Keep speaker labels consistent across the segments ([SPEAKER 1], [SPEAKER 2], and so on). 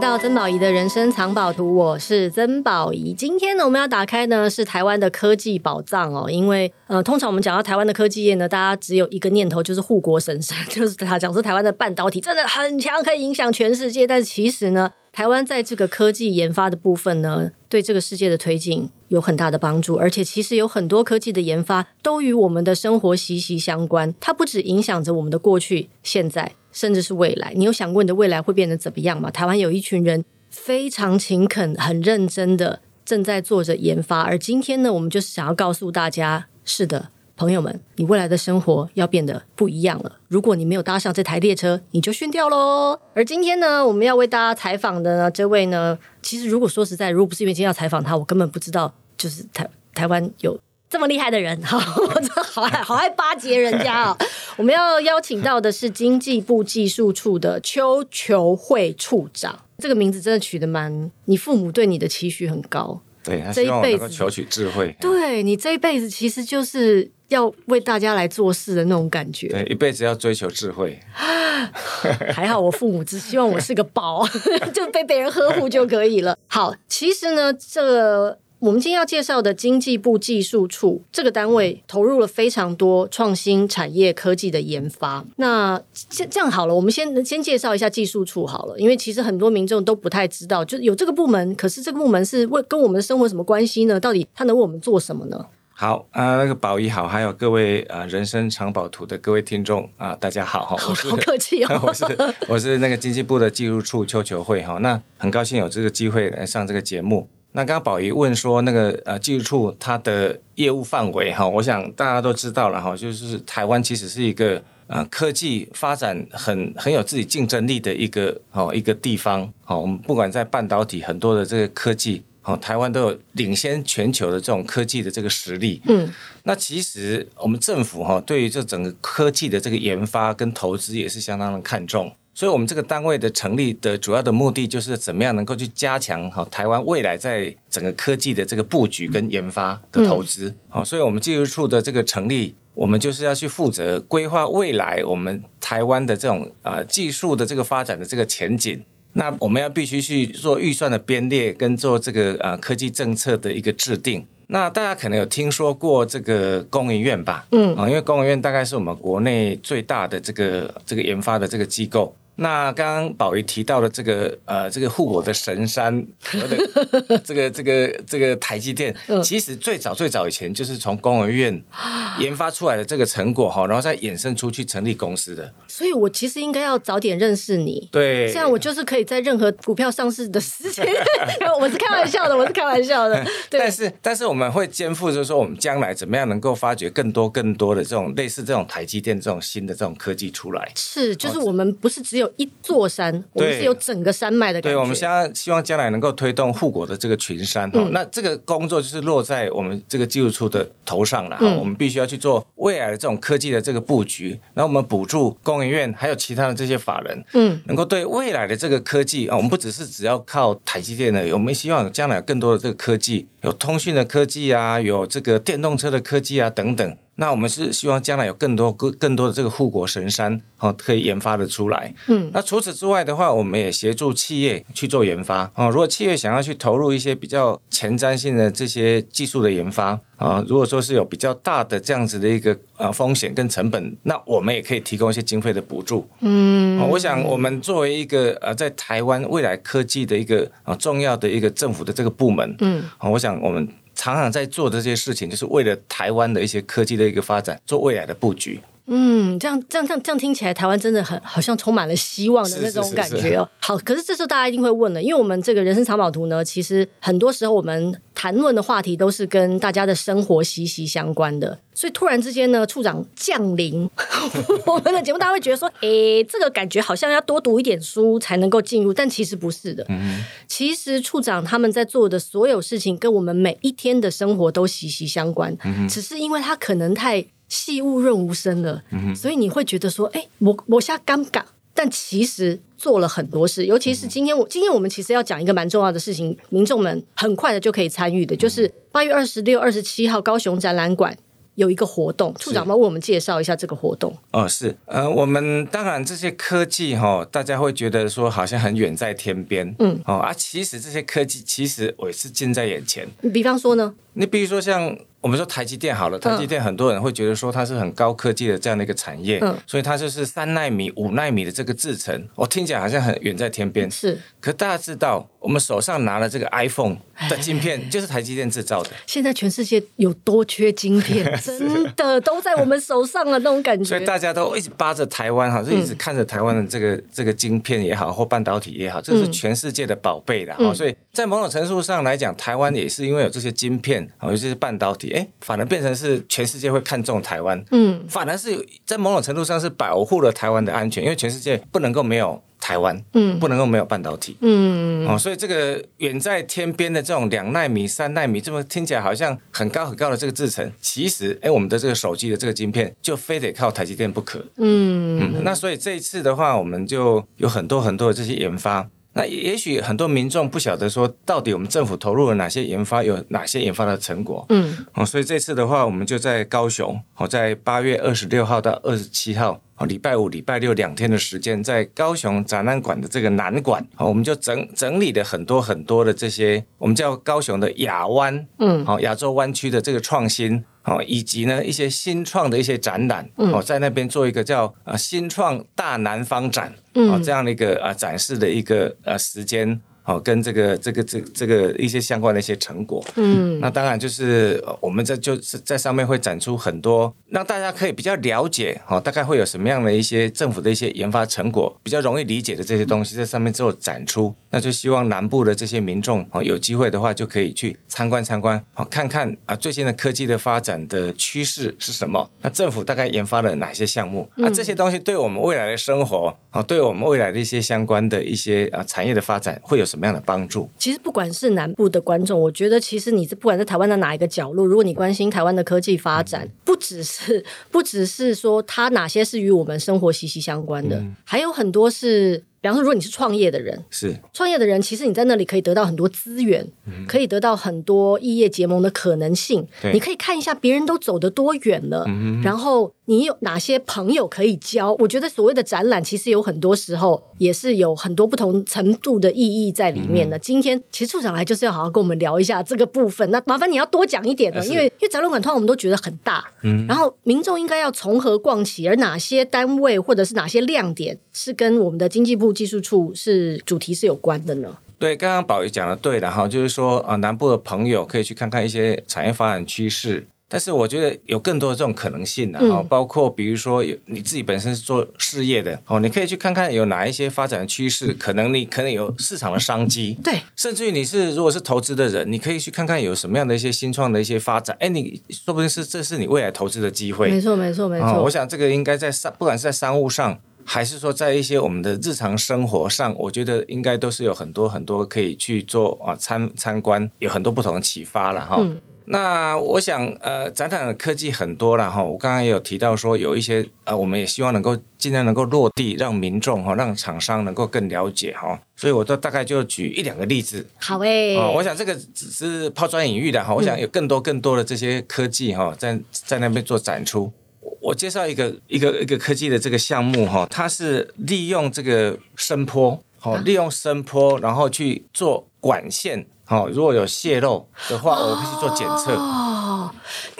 [SPEAKER 1] 到曾宝仪的人生藏宝图，我是曾宝仪。今天呢，我们要打开呢是台湾的科技宝藏哦，因为呃，通常我们讲到台湾的科技业呢，大家只有一个念头就是护国神山， 就是他讲说台湾的半导体真的很强，可以影响全世界。但是其实呢，台湾在这个科技研发的部分呢，对这个世界的推进有很大的帮助，而且其实有很多科技的研发都与我们的生活息息相关，它不只影响着我们的过去、现在。甚至是未来，你有想过你的未来会变得怎么样吗？台湾有一群人非常勤恳、很认真的正在做着研发，而今天呢，我们就是想要告诉大家，是的，朋友们，你未来的生活要变得不一样了。如果你没有搭上这台列车，你就逊掉喽。而今天呢，我们要为大家采访的呢，这位呢，其实如果说实在，如果不是因为今天要采访他，我根本不知道，就是台台湾有。这么厉害的人， 好，我真的好爱好爱巴结人家 哦。我们要邀请到的是经济部技术处的邱球会处长，这个名字真的取得蛮，你父母对你的期许很高。
[SPEAKER 2] 对，他
[SPEAKER 1] 这一
[SPEAKER 2] 希望我
[SPEAKER 1] 辈
[SPEAKER 2] 能够
[SPEAKER 1] 子
[SPEAKER 2] 求取智慧。
[SPEAKER 1] 对你这一辈子其实就是要为大家来做事的那种感觉。
[SPEAKER 2] 对，一辈子要追求智慧。
[SPEAKER 1] 还好我父母只希望我是个宝， 就被别人呵护就可以了。好，其实呢，这个我们今天要介绍的经济部技术处这个单位投入了非常多创新产业科技的研发。那这这样好了，我们先先介绍一下技术处好了，因为其实很多民众都不太知道，就有这个部门，可是这个部门是为跟我们的生活有什么关系呢？到底它能为我们做什么呢？
[SPEAKER 2] 好啊、那个宝仪好，还有各位啊、呃人生藏宝图的各位听众啊、大家好哈，我是
[SPEAKER 1] 好客气哦，
[SPEAKER 2] 我是我是那个经济部的技术处邱球会哈，那很高兴有这个机会来上这个节目。那刚刚宝仪问说那个呃技术处它的业务范围哈，我想大家都知道了哈，就是台湾其实是一个呃科技发展很很有自己竞争力的一个哦一个地方哦，我们不管在半导体很多的这个科技。哦，台湾都有领先全球的这种科技的这个实力。嗯，那其实我们政府哈、对于这整个科技的这个研发跟投资也是相当的看重。所以，我们这个单位的成立的主要的目的就是怎么样能够去加强哈、台湾未来在整个科技的这个布局跟研发的投资。好、所以我们技术处的这个成立，我们就是要去负责规划未来我们台湾的这种啊、呃技术的这个发展的这个前景。那我们要必须去做预算的编列，跟做这个呃科技政策的一个制定。那大家可能有听说过这个工研院吧？嗯，啊，因为工研院大概是我们国内最大的这个这个研发的这个机构。那刚刚宝仪提到的这个呃这个护国的神山，所谓的这个 这个这个台积电，其实最早最早以前就是从工研院研发出来的这个成果哈，然后再衍生出去成立公司的。
[SPEAKER 1] 所以我其实应该要早点认识你。
[SPEAKER 2] 对，
[SPEAKER 1] 这样我就是可以在任何股票上市的时间， 我是开玩笑的，我是开玩笑的。对
[SPEAKER 2] 但，是但是我们会肩负，就是说我们将来怎么样能够发掘更多更多的这种类似这种台积电这种新的这种科技出来。
[SPEAKER 1] 是就是
[SPEAKER 2] 哦
[SPEAKER 1] 我们不是只有一座山，我们是有整个山脉的感觉。
[SPEAKER 2] 对，我们现在希望将来能够推动护国的这个群山哦。那这个工作就是落在我们这个技术处的头上了哈、我们必须要去做未来的这种科技的这个布局，然后我们补助工研院还有其他的这些法人，嗯，能够对未来的这个科技啊、我们不只是只要靠台积电的，我们希望将来有更多的这个科技，有通讯的科技啊，有这个电动车的科技啊等等。那我们是希望将来有更多、 更更多的这个护国神山，哦，可以研发的出来。嗯，那除此之外的话，我们也协助企业去做研发。哦，如果企业想要去投入一些比较前瞻性的这些技术的研发，啊、如果说是有比较大的这样子的一个呃风险跟成本，那我们也可以提供一些经费的补助。哦，我想我们作为一个呃，在台湾未来科技的一个呃重要的一个政府的这个部门，嗯、我想我们常常在做的这些事情，就是为了台湾的一些科技的一个发展，做未来的布局。
[SPEAKER 1] 嗯，这样这样这样这样听起来，台湾真的很好像充满了希望的那种感觉哦。
[SPEAKER 2] 是是是
[SPEAKER 1] 好，可是这时候大家一定会问了，因为我们这个人生藏宝图呢，其实很多时候我们谈论的话题都是跟大家的生活息息相关的，所以突然之间呢，处长降临 我们的节目，大家会觉得说，诶、这个感觉好像要多读一点书才能够进入，但其实不是
[SPEAKER 2] 嗯
[SPEAKER 1] 的。其实处长他们在做的所有事情，跟我们每一天的生活都息息相关，只是因为他可能太细勿润无声了，所以你会觉得说，哎、我我下尴尬。但其实做了很多事，尤其是今天我今天我们其实要讲一个蛮重要的事情，民众们很快的就可以参与的，就是八月二十六、二十七号高雄展览馆有一个活动，处长们为我们介绍一下这个活动。
[SPEAKER 2] 哦，是，呃，我们当然这些科技哈、大家会觉得说好像很远在天边，嗯，哦啊，其实这些科技其实我也是近在眼前。
[SPEAKER 1] 比方说呢，
[SPEAKER 2] 你比如说像我们说台积电好了，台积电很多人会觉得说它是很高科技的这样的一个产业，
[SPEAKER 1] 嗯
[SPEAKER 2] 所以它就是三纳米、五纳米的这个制程，我、听起来好像很远在天边，
[SPEAKER 1] 是
[SPEAKER 2] 可大家知道，我们手上拿了这个 iPhone 的晶片就是台积电制造的，
[SPEAKER 1] 现在全世界有多缺晶 片，真的都在我们手上了那种感
[SPEAKER 2] 所以
[SPEAKER 1] 觉。
[SPEAKER 2] 大家都一直扒着台湾哈，就一直看着台湾的这个、这个晶片也好，或半导体也好，这是全世界的宝贝啦。哈、所以在某种程度上来讲，台湾也是因为有这些晶片，啊尤其是半导体，哎，反而变成是全世界会看重台湾，嗯，反而是有在某种程度上是保护了台湾的安全，因为全世界不能够没有。台湾，嗯，不能够没有半导体，嗯，哦，所以这个远在天边的这种两纳米、三纳米，这么听起来好像很高很高的这个制程，其实，哎，我们的这个手机的这个晶片就非得靠台积电不可，嗯，那所以这一次的话，我们就有很多很多的这些研发。那也也许很多民众不晓得说，到底我们政府投入了哪些研发，有哪些研发的成果。
[SPEAKER 1] 嗯，
[SPEAKER 2] 哦，所以这次的话，我们就在高雄，哦，在八月二十六号到二十七号，哦，礼拜五、礼拜六两天的时间，在高雄展览馆的这个南馆，哦，我们就整整理了很多很多的这些，我们叫高雄的亚湾，嗯，好、亚洲湾区的这个创新。哦，以及呢一些新创的一些展览，哦，在那边做一个叫呃新创大南方展，哦这样的一个呃展示的一个呃时间，哦跟这个这个这这个一些相关的一些成果，嗯，那当然就是呃我们这就是在上面会展出很多，让大家可以比较了解，哦大概会有什么样的一些政府的一些研发成果，比较容易理解的这些东西在上面做展出，那就希望南部的这些民众哦有机会的话就可以去参观参观，哦看看啊最新的科技的发展的趋势是什么？那政府大概研发了哪些项目？啊，这些东西对我们未来的生活啊，对我们未来的一些相关的一些啊产业的发展会有什么样的帮助？
[SPEAKER 1] 其实不管是南部的观众，我觉得其实你不管在台湾的哪一个角落，如果你关心台湾的科技发展，
[SPEAKER 2] 嗯
[SPEAKER 1] 不只是不只是说它哪些是与我们生活息息相关的，
[SPEAKER 2] 嗯
[SPEAKER 1] 还有很多是，比方说如果你是创业的人，
[SPEAKER 2] 是
[SPEAKER 1] 创业的人，其实你在那里可以得到很多资源，可以得到很多异业结盟的可能性。
[SPEAKER 2] 嗯对嗯
[SPEAKER 1] 你可以看一下别人都走得多远了，然后你有哪些朋友可以交。我觉得所谓的展览，其实有很多时候也是有很多不同程度的意义在里面
[SPEAKER 2] 嗯
[SPEAKER 1] 的。今天其实处长来就是要好好跟我们聊一下这个部分。那麻烦你要多讲一点呢，哦
[SPEAKER 2] 是
[SPEAKER 1] 因为因为展览馆通常我们都觉得很大，
[SPEAKER 2] 嗯
[SPEAKER 1] 然后民众应该要从何逛起，而哪些单位或者是哪些亮点是跟我们的经济部技术处是主题是有关的呢？
[SPEAKER 2] 对，刚刚宝仪讲的对了哈，就是说啊，南部的朋友可以去看看一些产业发展趋势。但是我觉得有更多的这种可能性呢、啊，哈包括比如说有你自己本身是做事业的哦，你可以去看看有哪一些发展的趋势，可能你可能有市场的商机，
[SPEAKER 1] 对，
[SPEAKER 2] 甚至于你是如果是投资的人，你可以去看看有什么样的一些新创的一些发展，哎，你说不定是这是你未来投资的机会
[SPEAKER 1] 没。错，没错，没错。
[SPEAKER 2] 啊、我想这个应该在商，不管是在商务上，还是说在一些我们的日常生活上，我觉得应该都是有很多很多可以去做啊参参观，有很多不同的启发了哈。
[SPEAKER 1] 嗯
[SPEAKER 2] 那我想，呃，展览的科技很多了哈。我刚刚也有提到说，有一些呃，我们也希望能够尽量能够落地，让民众哈，让厂商能够更了解哈。所以我都大概就举一两个例子，
[SPEAKER 1] 好诶、
[SPEAKER 2] 哦，我想这个只是抛砖引玉的哈，我想有更多更多的这些科技哈，在在那边做展出。我我介绍一个一个一个科技的这个项目哈，它是利用这个声波，哦，利用声波，然后去做管线，哦，如果有泄漏的话，我会去做检测，
[SPEAKER 1] 哦，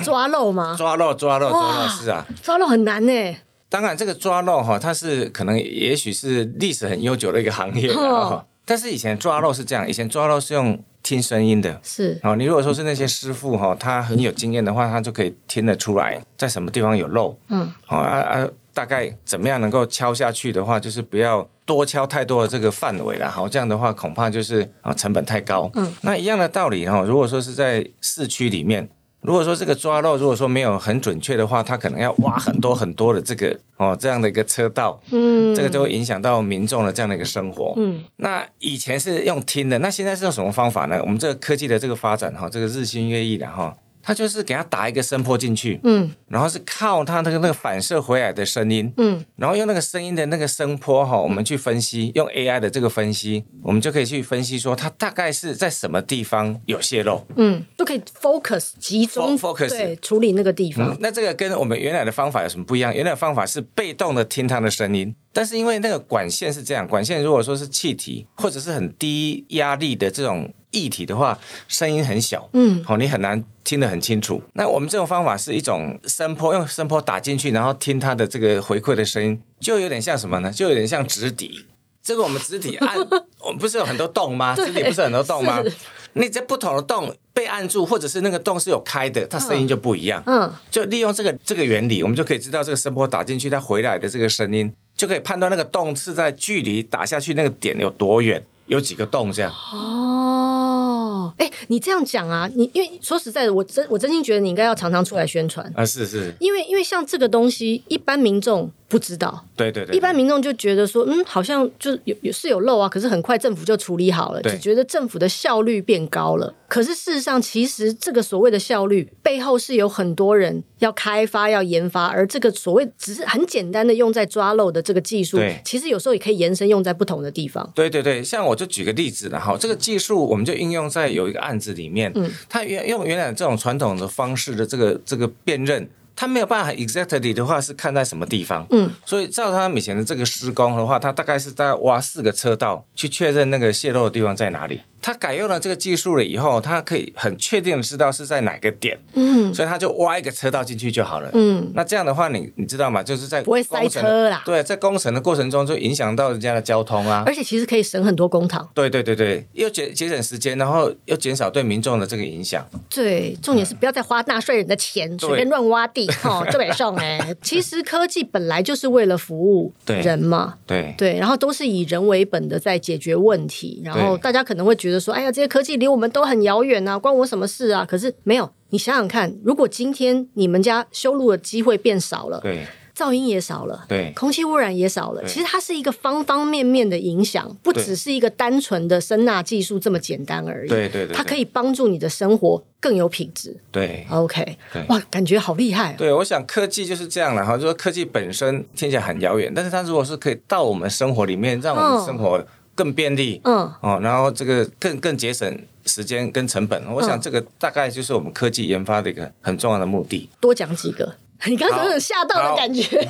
[SPEAKER 1] 抓漏吗？
[SPEAKER 2] 抓漏抓漏抓
[SPEAKER 1] 哇
[SPEAKER 2] 漏是啊，
[SPEAKER 1] 抓漏很难呢、
[SPEAKER 2] 当然，这个抓漏哈，它是可能也许是历史很悠久的一个行业了哈。但是以前抓漏是这样，以前抓漏是用听声音的，
[SPEAKER 1] 是
[SPEAKER 2] 哦，你如果说是那些师傅哈、他很有经验的话，他就可以听得出来在什么地方有漏。
[SPEAKER 1] 嗯，
[SPEAKER 2] 哦啊啊，大概怎么样能够敲下去的话，就是不要多敲太多的这个范围啦。好，这样的话恐怕就是啊、成本太高。嗯，那一样的道理哈、如果说是在市区里面。如果说这个抓漏，如果说没有很准确的话，他可能要挖很多很多的这个哦这样的一个车道，嗯，这个就会影响到民众的这样的一个生活，嗯，那以前是用听的，那现在是用什么方法呢？我们这个科技的这个发展哈，这个日新月异的哈，他就是给他打一个声波进去，
[SPEAKER 1] 嗯
[SPEAKER 2] 然后是靠他那个那个反射回来的声音，
[SPEAKER 1] 嗯，
[SPEAKER 2] 然后用那个声音的那个声波哈，我们去分析，用 AI 的这个分析，我们就可以去分析说它大概是在什么地方有泄漏。
[SPEAKER 1] 嗯，就可以 focus 集中
[SPEAKER 2] Fo- focus
[SPEAKER 1] 对处理那个地方。
[SPEAKER 2] 那这个跟我们原来的方法有什么不一样？原来的方法是被动的听它的声音，但是因为那个管线是这样，管线如果说是气体或者是很低压力的这种液体的话，声音很小，哦
[SPEAKER 1] 嗯，
[SPEAKER 2] 好、你很难听得很清楚。那我们这种方法是一种声波，用声波打进去，然后听它的这个回馈的声音，就有点像什么呢？就有点像直笛。 这个我们直笛按，我们不是有很多洞吗？直笛不是很多洞吗
[SPEAKER 1] 是？
[SPEAKER 2] 你在不同的洞被按住，或者是那个洞是有开的，它声音就不一样。
[SPEAKER 1] 嗯，
[SPEAKER 2] 就利用这个这个原理，我们就可以知道这个声波打进去它回来的这个声音，就可以判断那个洞是在距离打下去那个点有多远，有几个洞这样。
[SPEAKER 1] 嗯哦，哎、你这样讲啊，你因为说实在的，我真我真心觉得你应该要常常出来宣传，
[SPEAKER 2] 啊，是是，
[SPEAKER 1] 因为因为像这个东西，一般民众不知道，
[SPEAKER 2] 对对对，
[SPEAKER 1] 一般民众就觉得说，嗯，好像就有有是有漏啊，可是很快政府就处理好了，
[SPEAKER 2] 对
[SPEAKER 1] 只觉得政府的效率变高了。可是事实上，其实这个所谓的效率背后是有很多人要开发、要研发，而这个所谓只是很简单的用在抓漏的这个技术
[SPEAKER 2] 对，
[SPEAKER 1] 其实有时候也可以延伸用在不同的地方。
[SPEAKER 2] 对对对，像我就举个例子，然后这个技术我们就应用在有一个案子里面，嗯，它原用原来这种传统的方式的这个这个辨认，它没有办法 exactly 的话是看在什么地方，嗯，所以照他们以前的这个施工的话，它大概是在挖四个车道去确认那个泄漏的地方在哪里。它改用了这个技术了以后，它可以很确定的知道是在哪个点，嗯，所以它就挖一个车道进去就好了，嗯，那这样的话你，你知道吗？就是在
[SPEAKER 1] 不会塞
[SPEAKER 2] 工程的
[SPEAKER 1] 车啦
[SPEAKER 2] 对，在工程的过程中就影响到人家的交通啊，
[SPEAKER 1] 而且其实可以省很多公帑，
[SPEAKER 2] 对对对对，又节节省时间，然后又减少对民众的这个影响。
[SPEAKER 1] 对，重点是不要再花纳税人的钱随便乱挖地，哦，这北上哎。其实科技本来就是为了服务
[SPEAKER 2] 对
[SPEAKER 1] 人嘛，
[SPEAKER 2] 对
[SPEAKER 1] 对，然后都是以人为本的在解决问题，然后
[SPEAKER 2] 对
[SPEAKER 1] 大家可能会觉得说，哎呀，这些科技离我们都很遥远啊，关我什么事啊？可是没有，你想想看，如果今天你们家修路的机会变少了，
[SPEAKER 2] 对
[SPEAKER 1] 噪音也少了，
[SPEAKER 2] 对
[SPEAKER 1] 空气污染也少了，
[SPEAKER 2] 对
[SPEAKER 1] 其实它是一个方方面面的影响，不
[SPEAKER 2] 对
[SPEAKER 1] 只是一个单纯的声纳技术这么简单而已。
[SPEAKER 2] 对对对
[SPEAKER 1] 它可以帮助你的生活更有品质。
[SPEAKER 2] 对
[SPEAKER 1] OK，
[SPEAKER 2] 对
[SPEAKER 1] 哇，感觉好厉害、哦。
[SPEAKER 2] 对，我想科技就是这样了哈，就是说科技本身听起来很遥远，但是它如果是可以到我们生活里面，让我们生活更便利，
[SPEAKER 1] 嗯，
[SPEAKER 2] 哦，然后这个更更节省时间跟成本，我想这个大概就是我们科技研发的一个很重要的目的。
[SPEAKER 1] 多讲几个，你刚刚有
[SPEAKER 2] 好
[SPEAKER 1] 种吓到的
[SPEAKER 2] 好
[SPEAKER 1] 感觉。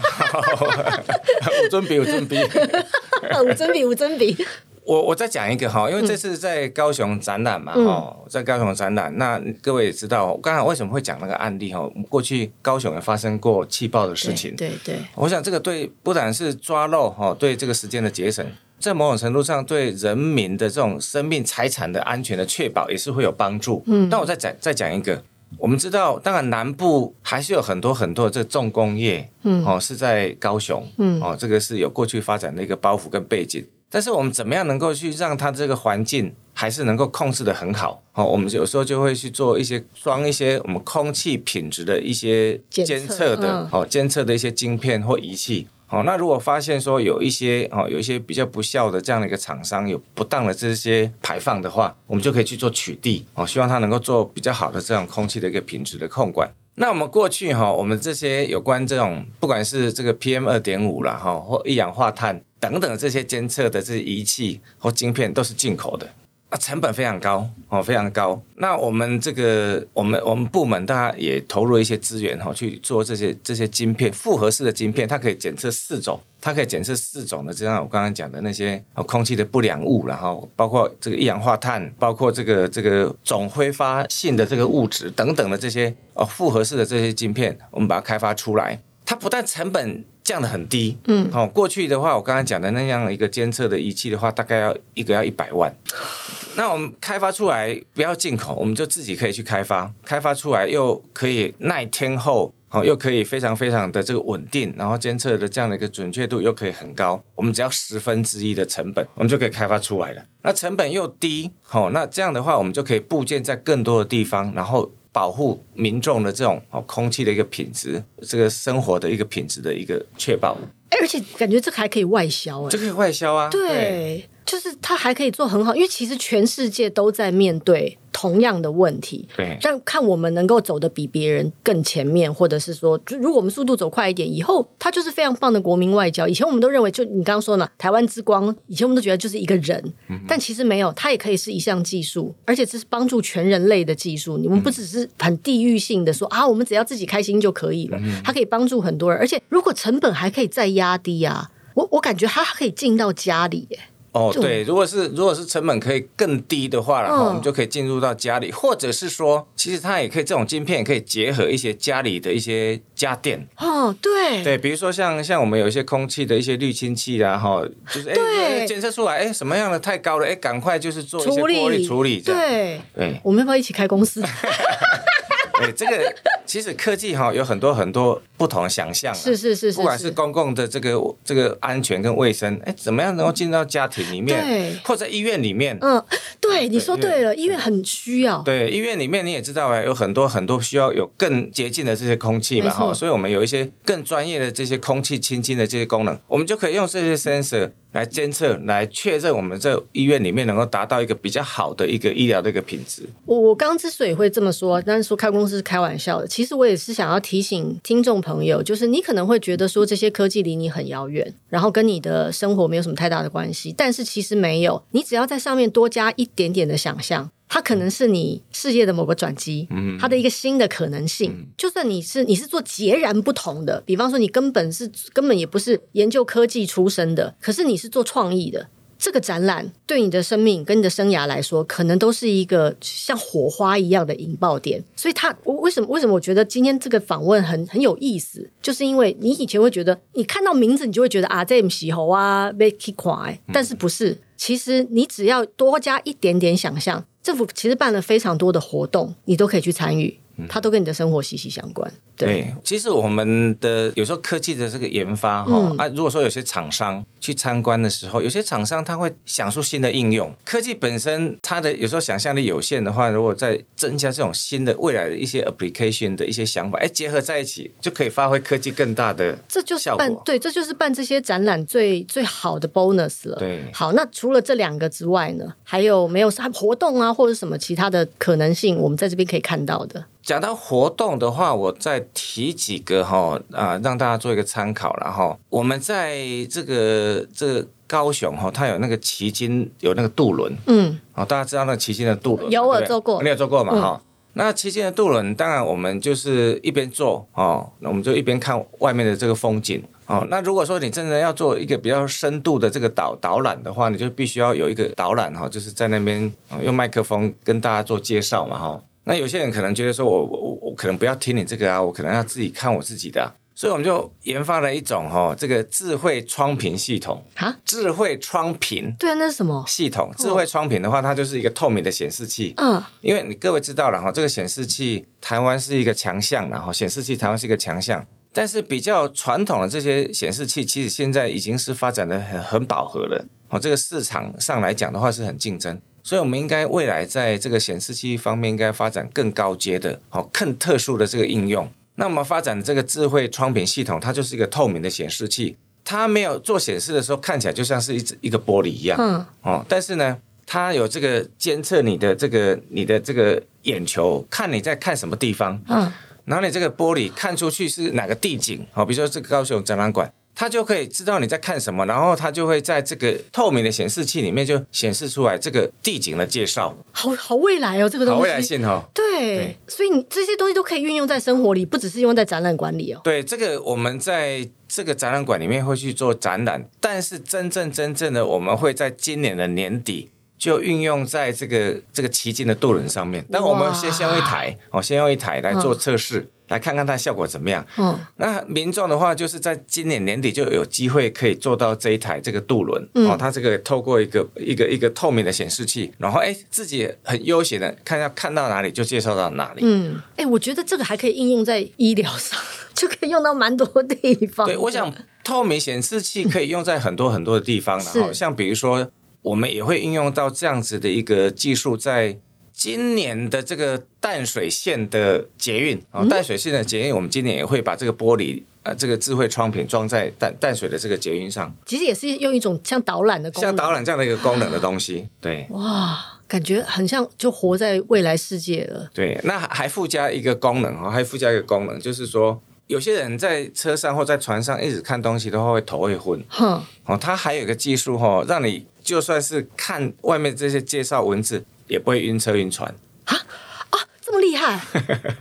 [SPEAKER 2] 我尊比，我尊比。
[SPEAKER 1] 五真比，五真比。
[SPEAKER 2] 我我再讲一个哈，因为这次在高雄展览嘛，哦、在高雄展览，那各位也知道，刚才为什么会讲那个案例哈？过去高雄也发生过气爆的事情，
[SPEAKER 1] 对对，
[SPEAKER 2] 我想这个对不但是抓漏哈，对这个时间的节省，在某种程度上对人民的这种生命财产的安全的确保也是会有帮助。嗯，那我再讲再讲一个，我们知道，当然南部还是有很多很多的这个重工业，嗯，哦是在高雄，嗯，哦这个是有过去发展的一个包袱跟背景。但是我们怎么样能够去让它这个环境还是能够控制的很好？哦，我们有时候就会去做一些装一些我们空气品质的一些
[SPEAKER 1] 检测
[SPEAKER 2] 监测的
[SPEAKER 1] 嗯
[SPEAKER 2] 哦，监测的一些晶片或仪器。哦，那如果发现说有一些哦，有一些比较不孝的这样的一个厂商有不当的这些排放的话，我们就可以去做取缔哦，希望它能够做比较好的这种空气的一个品质的控管。那我们过去哈、我们这些有关这种不管是这个 PM 二点五啦哈，或一氧化碳等等这些监测的这些仪器或晶片都是进口的，啊，成本非常高哦，非常高。那我们这个，我们我们部门大家也投入一些资源哈、哦，去做这些这些晶片复合式的晶片，它可以检测四种，它可以检测四种的，就像我刚刚讲的那些、哦、空气的不良物啦，然、后包括这个一氧化碳，包括这个这个总挥发性的这个物质等等的这些哦复合式的这些晶片，我们把它开发出来。它不但成本降得很低，嗯，哦，过去的话，我刚才讲的那样一个监测的仪器的话，大概要一个要一百万。那我们开发出来不要进口，我们就自己可以去开发，开发出来又可以耐天候，哦，又可以非常非常的这个稳定，然后监测的这样的一个准确度又可以很高，我们只要十分之一的成本，我们就可以开发出来了。那成本又低，哦，那这样的话，我们就可以部件在更多的地方，然后。保护民众的这种哦空气的一个品质，这个生活的一个品质的一个确保，
[SPEAKER 1] 哎而且感觉这个还可以外销哎、
[SPEAKER 2] 这可以外销啊。
[SPEAKER 1] 对，就是它还可以做很好，因为其实全世界都在面对同样的问题。
[SPEAKER 2] 对，
[SPEAKER 1] 但看我们能够走得比别人更前面，或者是说，就如果我们速度走快一点，以后它就是非常棒的国民外交。以前我们都认为，就你刚刚说嘛，台湾之光，以前我们都觉得就是一个人，
[SPEAKER 2] 嗯
[SPEAKER 1] 但其实没有，它也可以是一项技术，而且这是帮助全人类的技术。你们不只是很地域性的说啊，我们只要自己开心就可以了，
[SPEAKER 2] 嗯
[SPEAKER 1] 它可以帮助很多人，而且如果成本还可以再压低啊，我我感觉它可以进到家里耶。
[SPEAKER 2] 哦，
[SPEAKER 1] 就
[SPEAKER 2] 对，如果是如果是成本可以更低的话，然后
[SPEAKER 1] 嗯
[SPEAKER 2] 我们就可以进入到家里，或者是说，其实它也可以这种晶片也可以结合一些家里的一些家电，
[SPEAKER 1] 哦，对，
[SPEAKER 2] 对，比如说像像我们有一些空气的一些滤清器啦，哈，就是哎
[SPEAKER 1] 对
[SPEAKER 2] 检测出来哎什么样的太高了，哎赶快就是做一些
[SPEAKER 1] 处
[SPEAKER 2] 过
[SPEAKER 1] 理
[SPEAKER 2] 滤处理，这样
[SPEAKER 1] 对，
[SPEAKER 2] 对。
[SPEAKER 1] 我们要不要一起开公司？
[SPEAKER 2] 哎、这个其实科技哈、有很多很多不同的想象、啊，
[SPEAKER 1] 是是是是，
[SPEAKER 2] 不管是公共的这个这个安全跟卫生，哎，怎么样能够进到家庭里面
[SPEAKER 1] 对，
[SPEAKER 2] 或者医院里面？
[SPEAKER 1] 嗯，对，你说
[SPEAKER 2] 哎因为
[SPEAKER 1] 对了，医院很需要。
[SPEAKER 2] 对，医院里面你也知道哎，有很多很多需要有更洁净的这些空气嘛
[SPEAKER 1] 没错
[SPEAKER 2] 哈，所以我们有一些更专业的这些空气清净的这些功能，我们就可以用这些 sensor 来监测，来确认我们这医院里面能够达到一个比较好的一个医疗的一个品质。
[SPEAKER 1] 我我刚之所以会这么说，但是说开公司是开玩笑的，其实我也是想要提醒听众朋友，就是你可能会觉得说这些科技离你很遥远，然后跟你的生活没有什么太大的关系，但是其实没有，你只要在上面多加一点点的想象。它可能是你事业的某个转机，
[SPEAKER 2] 嗯
[SPEAKER 1] 它的一个新的可能性。就算你是你是做截然不同的，比方说你根本是根本也不是研究科技出身的，可是你是做创意的，这个展览对你的生命跟你的生涯来说，可能都是一个像火花一样的引爆点。所以它，我为什么为什么我觉得今天这个访问很很有意思，就是因为你以前会觉得你看到名字你就会觉得啊，这喜猴啊，被 kick 垮，但是不是？其实你只要多加一点点想象，政府其实办了非常多的活动，你都可以去参与，它都跟你的生活息息相关。对，
[SPEAKER 2] 对，其实我们的有时候科技的这个研发哈、
[SPEAKER 1] 嗯
[SPEAKER 2] 啊，如果说有些厂商去参观的时候，有些厂商他会想出新的应用。科技本身它的有时候想象力有限的话，如果再增加这种新的未来的一些 application 的一些想法，哎，结合在一起就可以发挥科技更大的
[SPEAKER 1] 这就是
[SPEAKER 2] 效
[SPEAKER 1] 办
[SPEAKER 2] 果。
[SPEAKER 1] 对，这就是办这些展览最最好的 bonus 了。
[SPEAKER 2] 对
[SPEAKER 1] 好，那除了这两个之外呢，还有没有啥活动啊，或者什么其他的可能性，我们在这边可以看到的？
[SPEAKER 2] 讲到活动的话，我再提几个哈啊、让大家做一个参考然后我们在这个这个高雄哈，它有那个旗津有那个渡轮，
[SPEAKER 1] 嗯，
[SPEAKER 2] 哦，大家知道那个旗津的渡轮嘛，
[SPEAKER 1] 有我
[SPEAKER 2] 对不对
[SPEAKER 1] 坐过嗯
[SPEAKER 2] 你有坐过嘛？哈、那旗津的渡轮，当然我们就是一边坐哦，那我们就一边看外面的这个风景哦。那如果说你真的要做一个比较深度的这个导导览的话，你就必须要有一个导览哈、哦，就是在那边、哦用麦克风跟大家做介绍嘛哈、哦那有些人可能觉得说我我我我可能不要听你这个啊，我可能要自己看我自己的啊、所以我们就研发了一种哈、哦，这个智慧窗屏系统，
[SPEAKER 1] 啊，
[SPEAKER 2] 智慧窗屏。
[SPEAKER 1] 对啊，那是什么？
[SPEAKER 2] 系统，智慧窗屏的话，它就是一个透明的显示器。
[SPEAKER 1] 嗯，
[SPEAKER 2] 因为你各位知道了哈，这个显示器台湾是一个强项啦，然后显示器台湾是一个强项，但是比较传统的这些显示器，其实现在已经是发展的很很饱和了。哦，这个市场上来讲的话是很竞争，所以我们应该未来在这个显示器方面应该发展更高阶的，哦，更特殊的这个应用。那我们发展的这个智慧窗屏系统，它就是一个透明的显示器，它没有做显示的时候看起来就像是一只一个玻璃一样。
[SPEAKER 1] 嗯，
[SPEAKER 2] 哦，但是呢，它有这个监测你的这个你的这个眼球，看你在看什么地方，
[SPEAKER 1] 嗯，
[SPEAKER 2] 然后你这个玻璃看出去是哪个地景，好、比如说这个高雄展览馆。它就可以知道你在看什么，然后它就会在这个透明的显示器里面就显示出来这个地景的介绍，
[SPEAKER 1] 好好未来哦，这个
[SPEAKER 2] 好
[SPEAKER 1] 东
[SPEAKER 2] 未来
[SPEAKER 1] 西。
[SPEAKER 2] 性哦。
[SPEAKER 1] 对，
[SPEAKER 2] 对
[SPEAKER 1] 所以你这些东西都可以运用在生活里，不只是用在展览馆里哦。
[SPEAKER 2] 对，这个我们在这个展览馆里面会去做展览，但是真正真正的我们会在今年的年底。就运用在这个这个旗舰的渡轮上面，但我们先先用一台，哦，先用一台来做测试，来看看它效果怎么样。
[SPEAKER 1] 嗯，
[SPEAKER 2] 那民众的话，就是在今年年底就有机会可以做到这一台这个渡轮、
[SPEAKER 1] 嗯
[SPEAKER 2] 哦，它这个透过一个一个一个透明的显示器，然后哎自己很悠闲的看要看到哪里就介绍到哪里。
[SPEAKER 1] 嗯，哎、我觉得这个还可以应用在医疗上， 就可以用到蛮多地方。
[SPEAKER 2] 对，我想透明显示器可以用在很多很多的地方了，
[SPEAKER 1] 是
[SPEAKER 2] 哈像比如说，我们也会应用到这样子的一个技术在。今年的这个淡水线的捷运
[SPEAKER 1] 嗯
[SPEAKER 2] 啊，淡水线的捷运，我们今年也会把这个玻璃呃这个智慧窗屏装在淡淡水的这个捷运上，
[SPEAKER 1] 其实也是用一种像导览的功能，嗯
[SPEAKER 2] 像导览这样的一个功能的东西。对
[SPEAKER 1] 哇，感觉很像就活在未来世界了。
[SPEAKER 2] 对，那还附加一个功能哦，还附加一个功能，就是说有些人在车上或在船上一直看东西的话，会头会昏。
[SPEAKER 1] 哼，
[SPEAKER 2] 哦，它还有一个技术哦，让你就算是看外面这些介绍文字，也不会晕车晕船。
[SPEAKER 1] 啊这么厉害，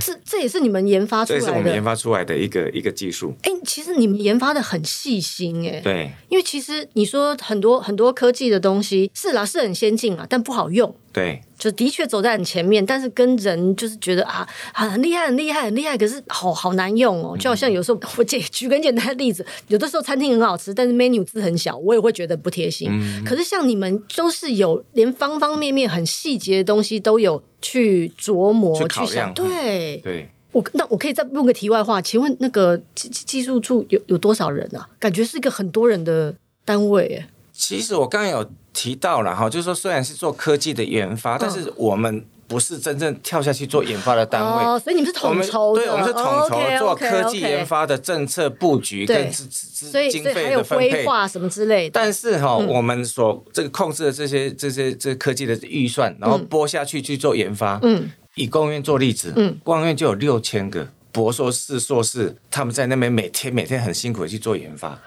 [SPEAKER 1] 这这也是你们研发出
[SPEAKER 2] 这也是我
[SPEAKER 1] 来
[SPEAKER 2] 们
[SPEAKER 1] 的
[SPEAKER 2] 研。发出来的一个一个技术。
[SPEAKER 1] 哎、其实你们研发的很细心哎、
[SPEAKER 2] 对
[SPEAKER 1] 因为其实你说很多很多科技的东西是啦，是很先进啊，但不好用。
[SPEAKER 2] 对
[SPEAKER 1] 就的确走在很前面，但是跟人就是觉得啊，啊很厉害，很厉害，很厉害，可是好好难用
[SPEAKER 2] 嗯
[SPEAKER 1] 哦。就好像有时候我举举个很简单的例子，有的时候餐厅很好吃，但是 menu 字很小，我也会觉得不贴心。
[SPEAKER 2] 嗯
[SPEAKER 1] 可是像你们都是有连方方面面很细节的东西都有去琢磨、
[SPEAKER 2] 去
[SPEAKER 1] 去
[SPEAKER 2] 考
[SPEAKER 1] 想。
[SPEAKER 2] 量
[SPEAKER 1] 对，
[SPEAKER 2] 对，
[SPEAKER 1] 我那我可以再问个题外话，请问那个技技技术处有有多少人啊？感觉是一个很多人的单位耶。
[SPEAKER 2] 其实我刚刚有提到了哈，就是说虽然是做科技的研
[SPEAKER 1] 嗯
[SPEAKER 2] 发，但是我们不是真正跳下去做研发的单位。
[SPEAKER 1] 哦，所以你们是
[SPEAKER 2] 我
[SPEAKER 1] 统
[SPEAKER 2] 们
[SPEAKER 1] 筹的，
[SPEAKER 2] 对，我们是统
[SPEAKER 1] 哦
[SPEAKER 2] 筹
[SPEAKER 1] ，OK，OK，OK
[SPEAKER 2] 做科技研发的政策布局
[SPEAKER 1] 对
[SPEAKER 2] 跟资资
[SPEAKER 1] 所以
[SPEAKER 2] 资
[SPEAKER 1] 所以还
[SPEAKER 2] 嗯经费
[SPEAKER 1] 有
[SPEAKER 2] 的分
[SPEAKER 1] 规
[SPEAKER 2] 配。
[SPEAKER 1] 划什么之类的。
[SPEAKER 2] 但是哈、
[SPEAKER 1] 嗯
[SPEAKER 2] 我们所这个控制的这些这些这科技的预算，然后拨下去去做研发。
[SPEAKER 1] 嗯，
[SPEAKER 2] 以工院做例子，
[SPEAKER 1] 嗯
[SPEAKER 2] 嗯，工院就有六千个博硕士、硕士，他们在那边每天每天很辛苦的去做研发。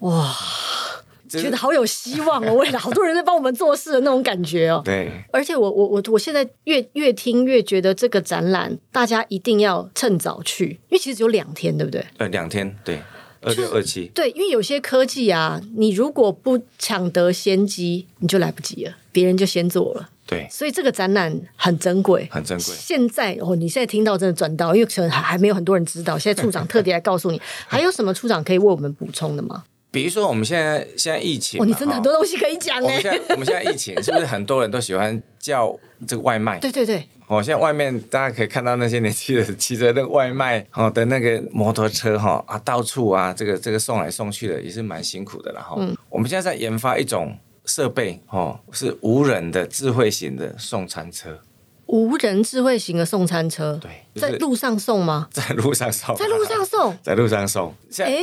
[SPEAKER 1] 哇，
[SPEAKER 2] 这
[SPEAKER 1] 觉得好有希望哦！未来好多人在帮我们做事的那种感觉哦。
[SPEAKER 2] 对
[SPEAKER 1] 而且我我我我现在越越听越觉得这个展览大家一定要趁早去，因为其实只有两天，对不对？
[SPEAKER 2] 呃两天对二六二七
[SPEAKER 1] 对，因为有些科技啊，你如果不抢得先机，你就来不及了，别人就先做了。
[SPEAKER 2] 对
[SPEAKER 1] 所以这个展览很珍贵，
[SPEAKER 2] 很珍贵
[SPEAKER 1] 现在哦，你现在听到真的赚到，因为可能还还没有很多人知道。现在处长特地来告诉你，还有什么处长可以为我们补充的吗？
[SPEAKER 2] 比如说我们现在现在疫情
[SPEAKER 1] 哦，
[SPEAKER 2] 嘛，
[SPEAKER 1] 你真的很多
[SPEAKER 2] 哈
[SPEAKER 1] 东西可以讲
[SPEAKER 2] 我
[SPEAKER 1] 哎、
[SPEAKER 2] 们现在我们现在疫情是不是很多人都喜欢叫这个外 卖？
[SPEAKER 1] 对对对，
[SPEAKER 2] 哦，现在外面大家可以看到那些年轻人骑着那个外卖哦的那个摩托车哈、啊，到处啊，这个这个送来送去的也是蛮辛苦的啦哈、
[SPEAKER 1] 嗯
[SPEAKER 2] 我们现在在研发一种设备哦，是无人的智慧型的送餐车，
[SPEAKER 1] 无人智慧型的送餐车，
[SPEAKER 2] 对
[SPEAKER 1] 在
[SPEAKER 2] 就是
[SPEAKER 1] 路上送吗？
[SPEAKER 2] 在路上送，，
[SPEAKER 1] 在路上，送
[SPEAKER 2] 在路上送。现在
[SPEAKER 1] 哎、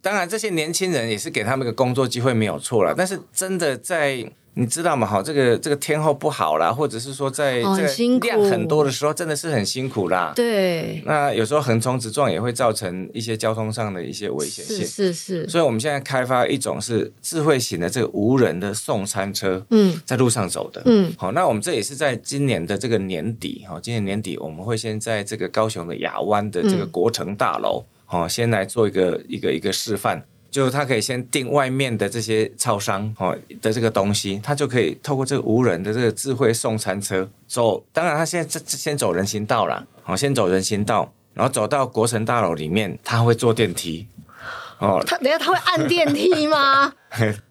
[SPEAKER 2] 当然，这些年轻人也是给他们一个工作机会，没有错了。但是真的在你知道吗？哈，这个这个天候不好啦，或者是说在
[SPEAKER 1] 哦
[SPEAKER 2] 这
[SPEAKER 1] 很辛
[SPEAKER 2] 个
[SPEAKER 1] 苦
[SPEAKER 2] 量很多的时候，真的是很辛苦啦。
[SPEAKER 1] 对，
[SPEAKER 2] 那有时候横冲直撞也会造成一些交通上的一些危险
[SPEAKER 1] 是
[SPEAKER 2] 性。
[SPEAKER 1] 是是，
[SPEAKER 2] 所以我们现在开发一种是智慧型的这个无人的送餐车，
[SPEAKER 1] 嗯，
[SPEAKER 2] 在路上走的。
[SPEAKER 1] 嗯，
[SPEAKER 2] 好，那我们这也是在今年的这个年底，哈，今年年底我们会先在这个高雄的亚湾的这个国城大楼，哦、先来做一个一个一个示范。就是它可以先订外面的这些超商哦的这个东西，它就可以透过这个无人的这个智慧送餐车走。当然，它现在这先走人行道啦，哦，先走人行道，然后走到国城大楼里面，它会坐电梯哦，
[SPEAKER 1] 他等一下他会按电梯吗？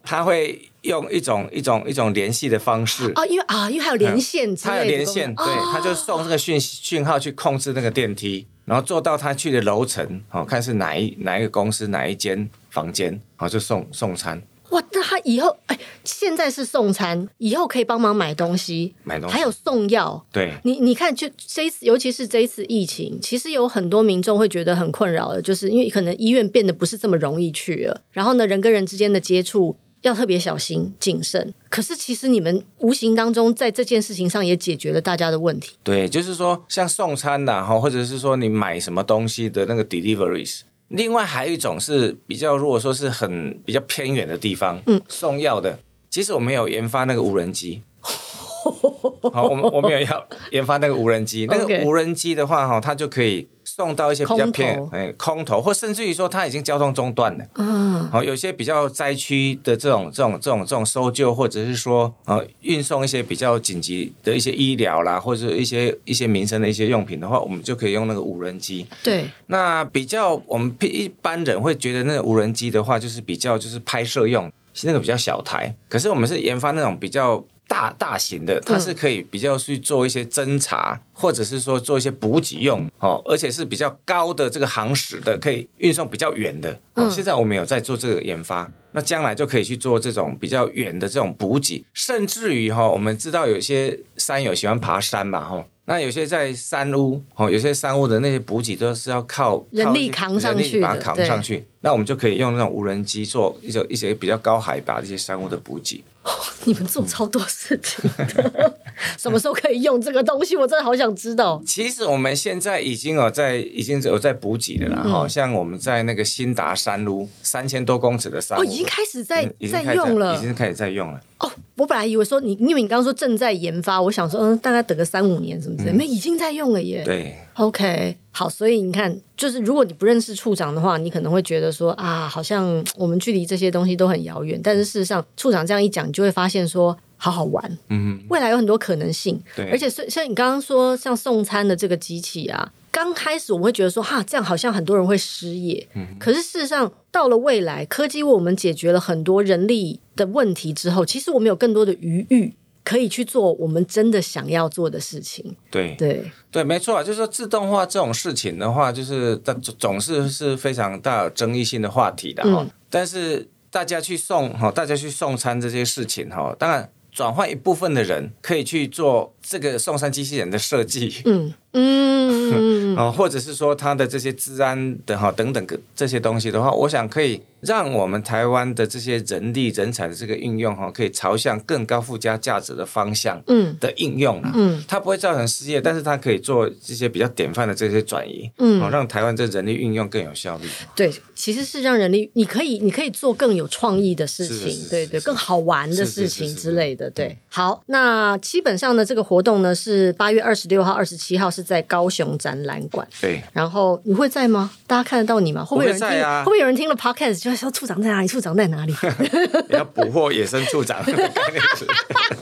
[SPEAKER 2] 它会用一种一种一种联系的方式
[SPEAKER 1] 啊，因为啊，因为还有连线之
[SPEAKER 2] 它有
[SPEAKER 1] 类的功能，
[SPEAKER 2] 连线，对，
[SPEAKER 1] 哦
[SPEAKER 2] 它就送这个讯息讯号去控制那个电梯，然后坐到他去的楼层，哦，看是哪一哪一个公司哪一间房间，哦，就送送餐
[SPEAKER 1] 哇，那他以后哎，现在是送餐，以后可以帮忙买东西，
[SPEAKER 2] 买东西，
[SPEAKER 1] 还有送药。
[SPEAKER 2] 对
[SPEAKER 1] 你你看，就这一次，尤其是这一次疫情，其实有很多民众会觉得很困扰的，就是因为可能医院变得不是这么容易去了，然后呢，人跟人之间的接触要特别小心谨慎。可是其实你们无形当中在这件事情上也解决了大家的问题。
[SPEAKER 2] 对，就是说像送餐呐、哈，或者是说你买什么东西的那个 deliveries。另外还有一种是比较，如果说是很比较偏远的地方，嗯，送药的，其实我们有研发那个无 人机。好，我们我们有要研发那个无人机，那
[SPEAKER 1] OK
[SPEAKER 2] 个无人机的话，哈，它就可以送到一些比较
[SPEAKER 1] 空
[SPEAKER 2] 偏
[SPEAKER 1] 投
[SPEAKER 2] 哎空投，或甚至于说它已经交通中断了。
[SPEAKER 1] 嗯，
[SPEAKER 2] 好、有些比较灾区的这种、这种、这种、这种搜救，或者是说呃运送一些比较紧急的一些医疗啦，或者是一些一些民生的一些用品的话，我们就可以用那个无人机。
[SPEAKER 1] 对，
[SPEAKER 2] 那比较我们一般人会觉得那个无人机的话，就是比较就是拍摄用，是那个比较小台。可是我们是研发那种比较大大型的，它是可以比较去做一些侦查，或者是说做一些补给用哦，而且是比较高的这个航时的，可以运送比较远的。
[SPEAKER 1] 嗯
[SPEAKER 2] 哦、现在我们有在做这个研发，那将来就可以去做这种比较远的这种补给，甚至于哈、哦，我们知道有些山友喜欢爬山嘛，哈、哦。那有些在山屋哦，有些山屋的那些补给都是要靠
[SPEAKER 1] 人力扛上去的
[SPEAKER 2] 人力把它扛上去。那我们就可以用那种无人机做一些一些比较高海拔的一些山屋的补给。
[SPEAKER 1] 哦、你们做超多事情的， 什么时候可以用这个东西？我真的好想知道。
[SPEAKER 2] 其实我们现在已经有在已经有在补给的啦，哈、嗯，像我们在那个新达山屋三千多公尺的山屋，
[SPEAKER 1] 哦，已经开始在、
[SPEAKER 2] 嗯、已经
[SPEAKER 1] 在
[SPEAKER 2] 开始
[SPEAKER 1] 用了，
[SPEAKER 2] 已经开始在用了。
[SPEAKER 1] 哦，我本来以为说你，因为你刚刚说正在研发，我想说，嗯，大概等个三五年什么之
[SPEAKER 2] 嗯
[SPEAKER 1] 类，没、已经在用了耶。
[SPEAKER 2] 对
[SPEAKER 1] ，OK，好，所以你看，就是如果你不认识处长的话，你可能会觉得说啊，好像我们距离这些东西都很遥远。但是事实上，处长这样一讲，你就会发现说，好好玩，
[SPEAKER 2] 嗯，
[SPEAKER 1] 未来有很多可能性。
[SPEAKER 2] 对
[SPEAKER 1] 而且所以像你刚刚说，像送餐的这个机器啊，刚开始我们会觉得说，哈，这样好像很多人会失业。
[SPEAKER 2] 嗯
[SPEAKER 1] 可是事实上，到了未来，科技为我们解决了很多人力的问题之后，其实我们有更多的余裕，可以去做我们真的想要做的事情。
[SPEAKER 2] 对
[SPEAKER 1] 对，
[SPEAKER 2] 对，没错啊，就是说自动化这种事情的话，就是它总总是是非常大有争议性的话题的哈、
[SPEAKER 1] 嗯
[SPEAKER 2] 但是大家去送哈，大家去送餐这些事情哈，当然转换一部分的人可以去做这个送餐机器人的设计，
[SPEAKER 1] 嗯 嗯，
[SPEAKER 2] 啊、或者是说它的这些治安的哈等等个这些东西的话，我想可以让我们台湾的这些人力人才的这个运用哈，可以朝向更高附加价值的方向
[SPEAKER 1] 嗯
[SPEAKER 2] 的应用啦。
[SPEAKER 1] 嗯，
[SPEAKER 2] 它不会造成失业，但是它可以做这些比较典范的这些转移，
[SPEAKER 1] 嗯
[SPEAKER 2] 哦，让台湾这人力运用更有效率。
[SPEAKER 1] 对，其实是让人力，你可以，你可以做更有创意的事
[SPEAKER 2] 是
[SPEAKER 1] 情，
[SPEAKER 2] 是是
[SPEAKER 1] 对
[SPEAKER 2] 是
[SPEAKER 1] 对，
[SPEAKER 2] 是
[SPEAKER 1] 更好玩的
[SPEAKER 2] 是是
[SPEAKER 1] 事
[SPEAKER 2] 是
[SPEAKER 1] 情
[SPEAKER 2] 是嗯
[SPEAKER 1] 之类的，对。好，那基本上呢，这个活动呢是八月二十六号、二十七号是在高雄展览馆。
[SPEAKER 2] 对，
[SPEAKER 1] 然后你会在吗？大家看得到你吗？会不会有人听？
[SPEAKER 2] 我会在啊
[SPEAKER 1] 会不会有人听了 podcast 就会说处长在哪里？处长在哪 里？
[SPEAKER 2] 也要捕获野生助 长的 概念是。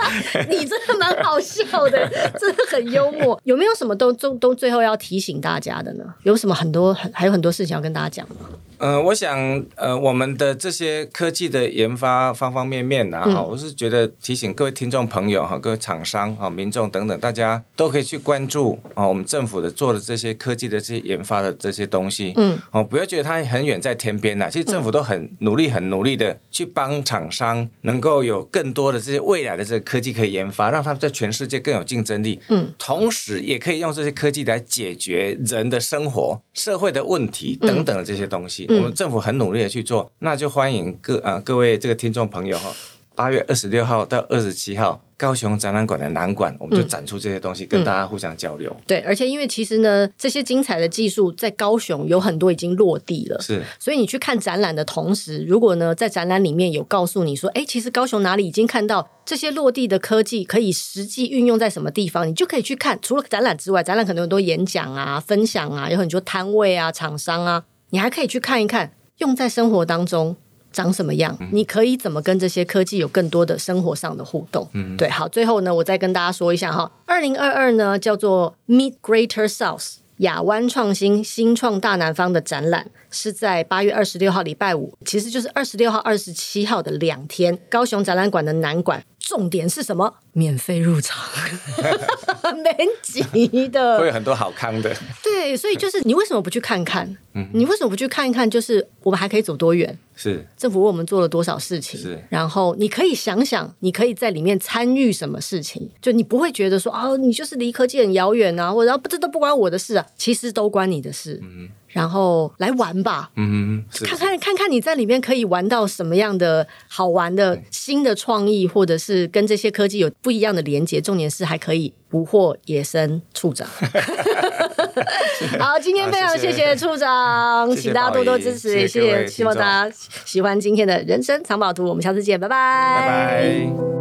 [SPEAKER 1] 你真的蛮好笑的， 真的很幽默。有没有什么都都都最后要提醒大家的呢？有什么很多很还有很多事情要跟大家讲吗？
[SPEAKER 2] 呃，我想，呃，我们的这些科技的研发方方面面啊，哈、我是觉得提醒各位听众朋友哈，各位厂商啊、民众等等，大家都可以去关注啊，我们政府的做的这些科技的这些研发的这些东西，
[SPEAKER 1] 嗯，
[SPEAKER 2] 哦，不要觉得它很远在天边呐、啊其实政府都很努力、很努力的去帮厂商能够有更多的这些未来的这个科技可以研发，让他们在全世界更有竞争力，
[SPEAKER 1] 嗯，
[SPEAKER 2] 同时也可以用这些科技来解决人的生活、社会的问题
[SPEAKER 1] 嗯
[SPEAKER 2] 等等的这些东西。我们政府很努力的去做，那就欢迎各啊、各位这个听众朋友哈，八月二十六号到二十七号。高雄展览馆的南
[SPEAKER 1] 嗯
[SPEAKER 2] 馆，我们就展出这些东西，跟大家互相交流。
[SPEAKER 1] 对，而且因为其实呢，这些精彩的技术在高雄有很多已经落地了。
[SPEAKER 2] 是，
[SPEAKER 1] 所以你去看展览的同时，如果呢在展览里面有告诉你说，哎，其实高雄哪里已经看到这些落地的科技可以实际运用在什么地方，你就可以去看。除了展览之外，展览可能有很多演讲啊、分享啊，有很多摊位啊、厂商啊，你还可以去看一看，用在生活当中。长什么样？你可以怎么跟这些科技有更多的生活上的互动？嗯，对，好，最后呢，我再跟大家说一下哈，二零二二呢叫做 Meet Greater South 亚湾创新新创大南方的展览，是在八月二十六号礼拜五，其实就是二十六号、二十七号的两天，高雄展览馆的南馆。重点是什么？免费入场， 蛮急的，
[SPEAKER 2] 会有很多好康的。
[SPEAKER 1] 对，所以就是你为什么不去看看？你为什么不去看一看？就是我们还可以走多远？
[SPEAKER 2] 是，
[SPEAKER 1] 政府为我们做了多少事情？
[SPEAKER 2] 是
[SPEAKER 1] 然后你可以想想，你可以在里面参与什么事情？就你不会觉得说啊、你就是离科技很遥远啊，或者啊不这都不关我的事啊，其实都关你的事。然后来玩吧，
[SPEAKER 2] 嗯，是
[SPEAKER 1] 看看看看你在里面可以玩到什么样的好玩的新的创意，或者是跟这些科技有不一样的连接。重点是还可以捕获野生处 长。 好，今天非常
[SPEAKER 2] 好谢
[SPEAKER 1] 谢
[SPEAKER 2] 谢
[SPEAKER 1] 谢处长，
[SPEAKER 2] 谢谢
[SPEAKER 1] 请大家多多支持，
[SPEAKER 2] 宝仪谢谢各位
[SPEAKER 1] 希望
[SPEAKER 2] 听众
[SPEAKER 1] 大家喜欢今天的人生藏宝图，我们下次见，拜
[SPEAKER 2] 拜拜。